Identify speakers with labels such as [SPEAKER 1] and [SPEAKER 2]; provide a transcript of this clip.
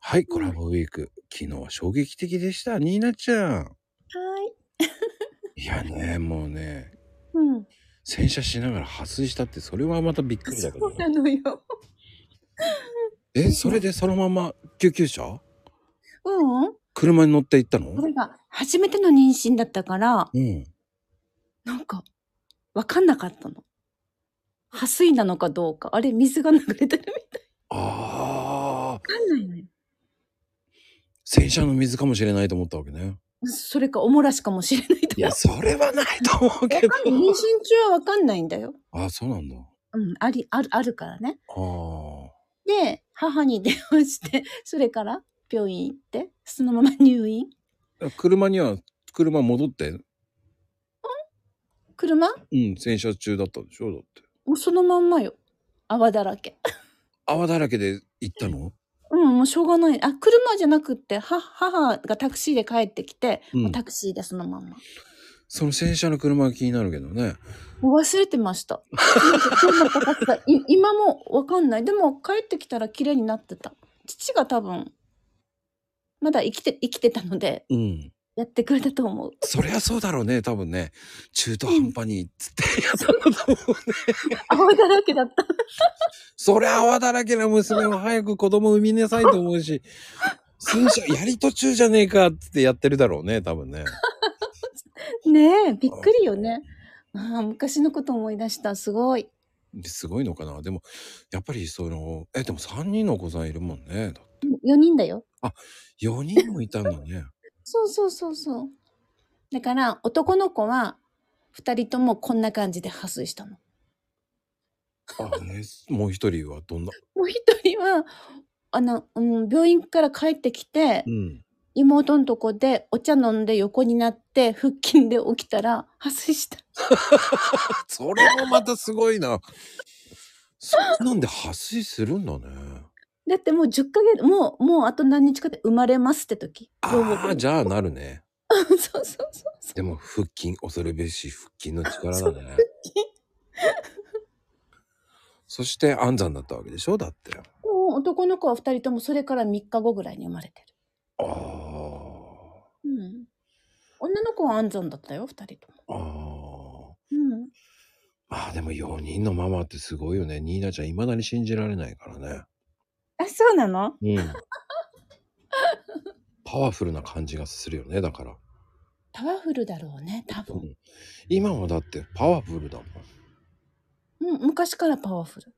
[SPEAKER 1] はい、コ
[SPEAKER 2] う
[SPEAKER 1] ラ
[SPEAKER 2] ん。
[SPEAKER 1] ボウィーク。昨日は衝撃的でした、ニーナちゃん。
[SPEAKER 2] はい。
[SPEAKER 1] いやね、もうね、
[SPEAKER 2] うん。
[SPEAKER 1] 洗車しながら破水したって、それはまたびっくりだけ
[SPEAKER 2] そ
[SPEAKER 1] どね。
[SPEAKER 2] うなのよ。
[SPEAKER 1] え、それ
[SPEAKER 2] そう。
[SPEAKER 1] でそのまま救急車
[SPEAKER 2] ううん。
[SPEAKER 1] 車に乗って行った
[SPEAKER 2] そ
[SPEAKER 1] の
[SPEAKER 2] れが初めての妊娠だったから、
[SPEAKER 1] うん。
[SPEAKER 2] なんか、わかんなかったの。破水なのかどうか。あれ、水が流れてるみたい。
[SPEAKER 1] ああ、
[SPEAKER 2] わかんないのよ。
[SPEAKER 1] 洗車の水かもしれないと思ったわけね。
[SPEAKER 2] それか、おもらしかもしれないと
[SPEAKER 1] いや、
[SPEAKER 2] 思
[SPEAKER 1] それはないと思う
[SPEAKER 2] う。わ
[SPEAKER 1] けど。
[SPEAKER 2] かんない。妊娠中はわかんないんだよ。
[SPEAKER 1] ああ、そうなんだ。
[SPEAKER 2] うん、あり、ある、あるからね。
[SPEAKER 1] ああ。
[SPEAKER 2] で、母に電話して、それから病院行って、そのまま入院。
[SPEAKER 1] 車には、車戻って、
[SPEAKER 2] 車
[SPEAKER 1] うん、洗車中だったでしょだって。
[SPEAKER 2] もうそのまんまよ。泡だらけ。
[SPEAKER 1] 泡だらけで行ったの
[SPEAKER 2] うん、もうしょうがない。あ、車じゃなくって、は、母がタクシーで帰ってきて、
[SPEAKER 1] う。
[SPEAKER 2] もうんタクシーでそのまんま。
[SPEAKER 1] その洗車の車が気になるけどね。
[SPEAKER 2] もう忘れてました。なんかどんな形だ、い、今もわかんない。でも帰ってきたら綺麗になってた。父が多分、まだ生きて、生きてたので、
[SPEAKER 1] うん。
[SPEAKER 2] やってくれたと思う。
[SPEAKER 1] そりゃそうだろうね、多分ね。中途
[SPEAKER 2] う
[SPEAKER 1] 半
[SPEAKER 2] ん。
[SPEAKER 1] 端に、つって やった
[SPEAKER 2] そう。
[SPEAKER 1] んだと思うね。
[SPEAKER 2] 泡だらけだった。
[SPEAKER 1] そりゃ泡だらけな娘を早く子供産みなさいと思う し、洗車やり途中じゃねえかっつってやってるだろうね、多分ね。
[SPEAKER 2] ねえ、び
[SPEAKER 1] あ
[SPEAKER 2] っくりよね。ああ、昔のこと思い出した。すごい。
[SPEAKER 1] すごいのかな。でも、やっぱりその、え、でも3人のお子さんいるもんね。だって
[SPEAKER 2] 4人だよ。
[SPEAKER 1] あ、4人もいたんだ ね。
[SPEAKER 2] そうそうそうそう。だから、男の子は、2人ともこんな感じで破水したの。
[SPEAKER 1] あ、ね、もう一人はどんな、
[SPEAKER 2] もう一人は、あの、うん、病院から帰ってきて、
[SPEAKER 1] うん。
[SPEAKER 2] 妹のとこでお茶飲んで横になって、腹筋で起きたら、破水した。
[SPEAKER 1] それもまたすごいな。そんなんで破水するんだね。
[SPEAKER 2] だってもう10ヶ月、もう、もうあと何日かで生まれますって時。両国
[SPEAKER 1] ああ、
[SPEAKER 2] に。
[SPEAKER 1] じゃあなるね。
[SPEAKER 2] そうそうそうそう。
[SPEAKER 1] でも腹筋、恐るべし腹筋の力
[SPEAKER 2] そ
[SPEAKER 1] だね。
[SPEAKER 2] う、腹筋。
[SPEAKER 1] そして安産だったわけでしょだって。あ
[SPEAKER 2] もう男の子は2人ともそれから3日後ぐらいに生まれてる。
[SPEAKER 1] あ、
[SPEAKER 2] うん。女の子は安産だったよ、2人と
[SPEAKER 1] あ
[SPEAKER 2] も。
[SPEAKER 1] あ。
[SPEAKER 2] うん。
[SPEAKER 1] まあでも4人のママってすごいよね。ニーナちゃん未だに信じられないからね。
[SPEAKER 2] あ、そうなの
[SPEAKER 1] うん。パワフルな感じがするよね、だから。
[SPEAKER 2] パワフルだろうね、多
[SPEAKER 1] う
[SPEAKER 2] 分。
[SPEAKER 1] ん、今もだってパワフルだもん。
[SPEAKER 2] うん、昔からパワフル。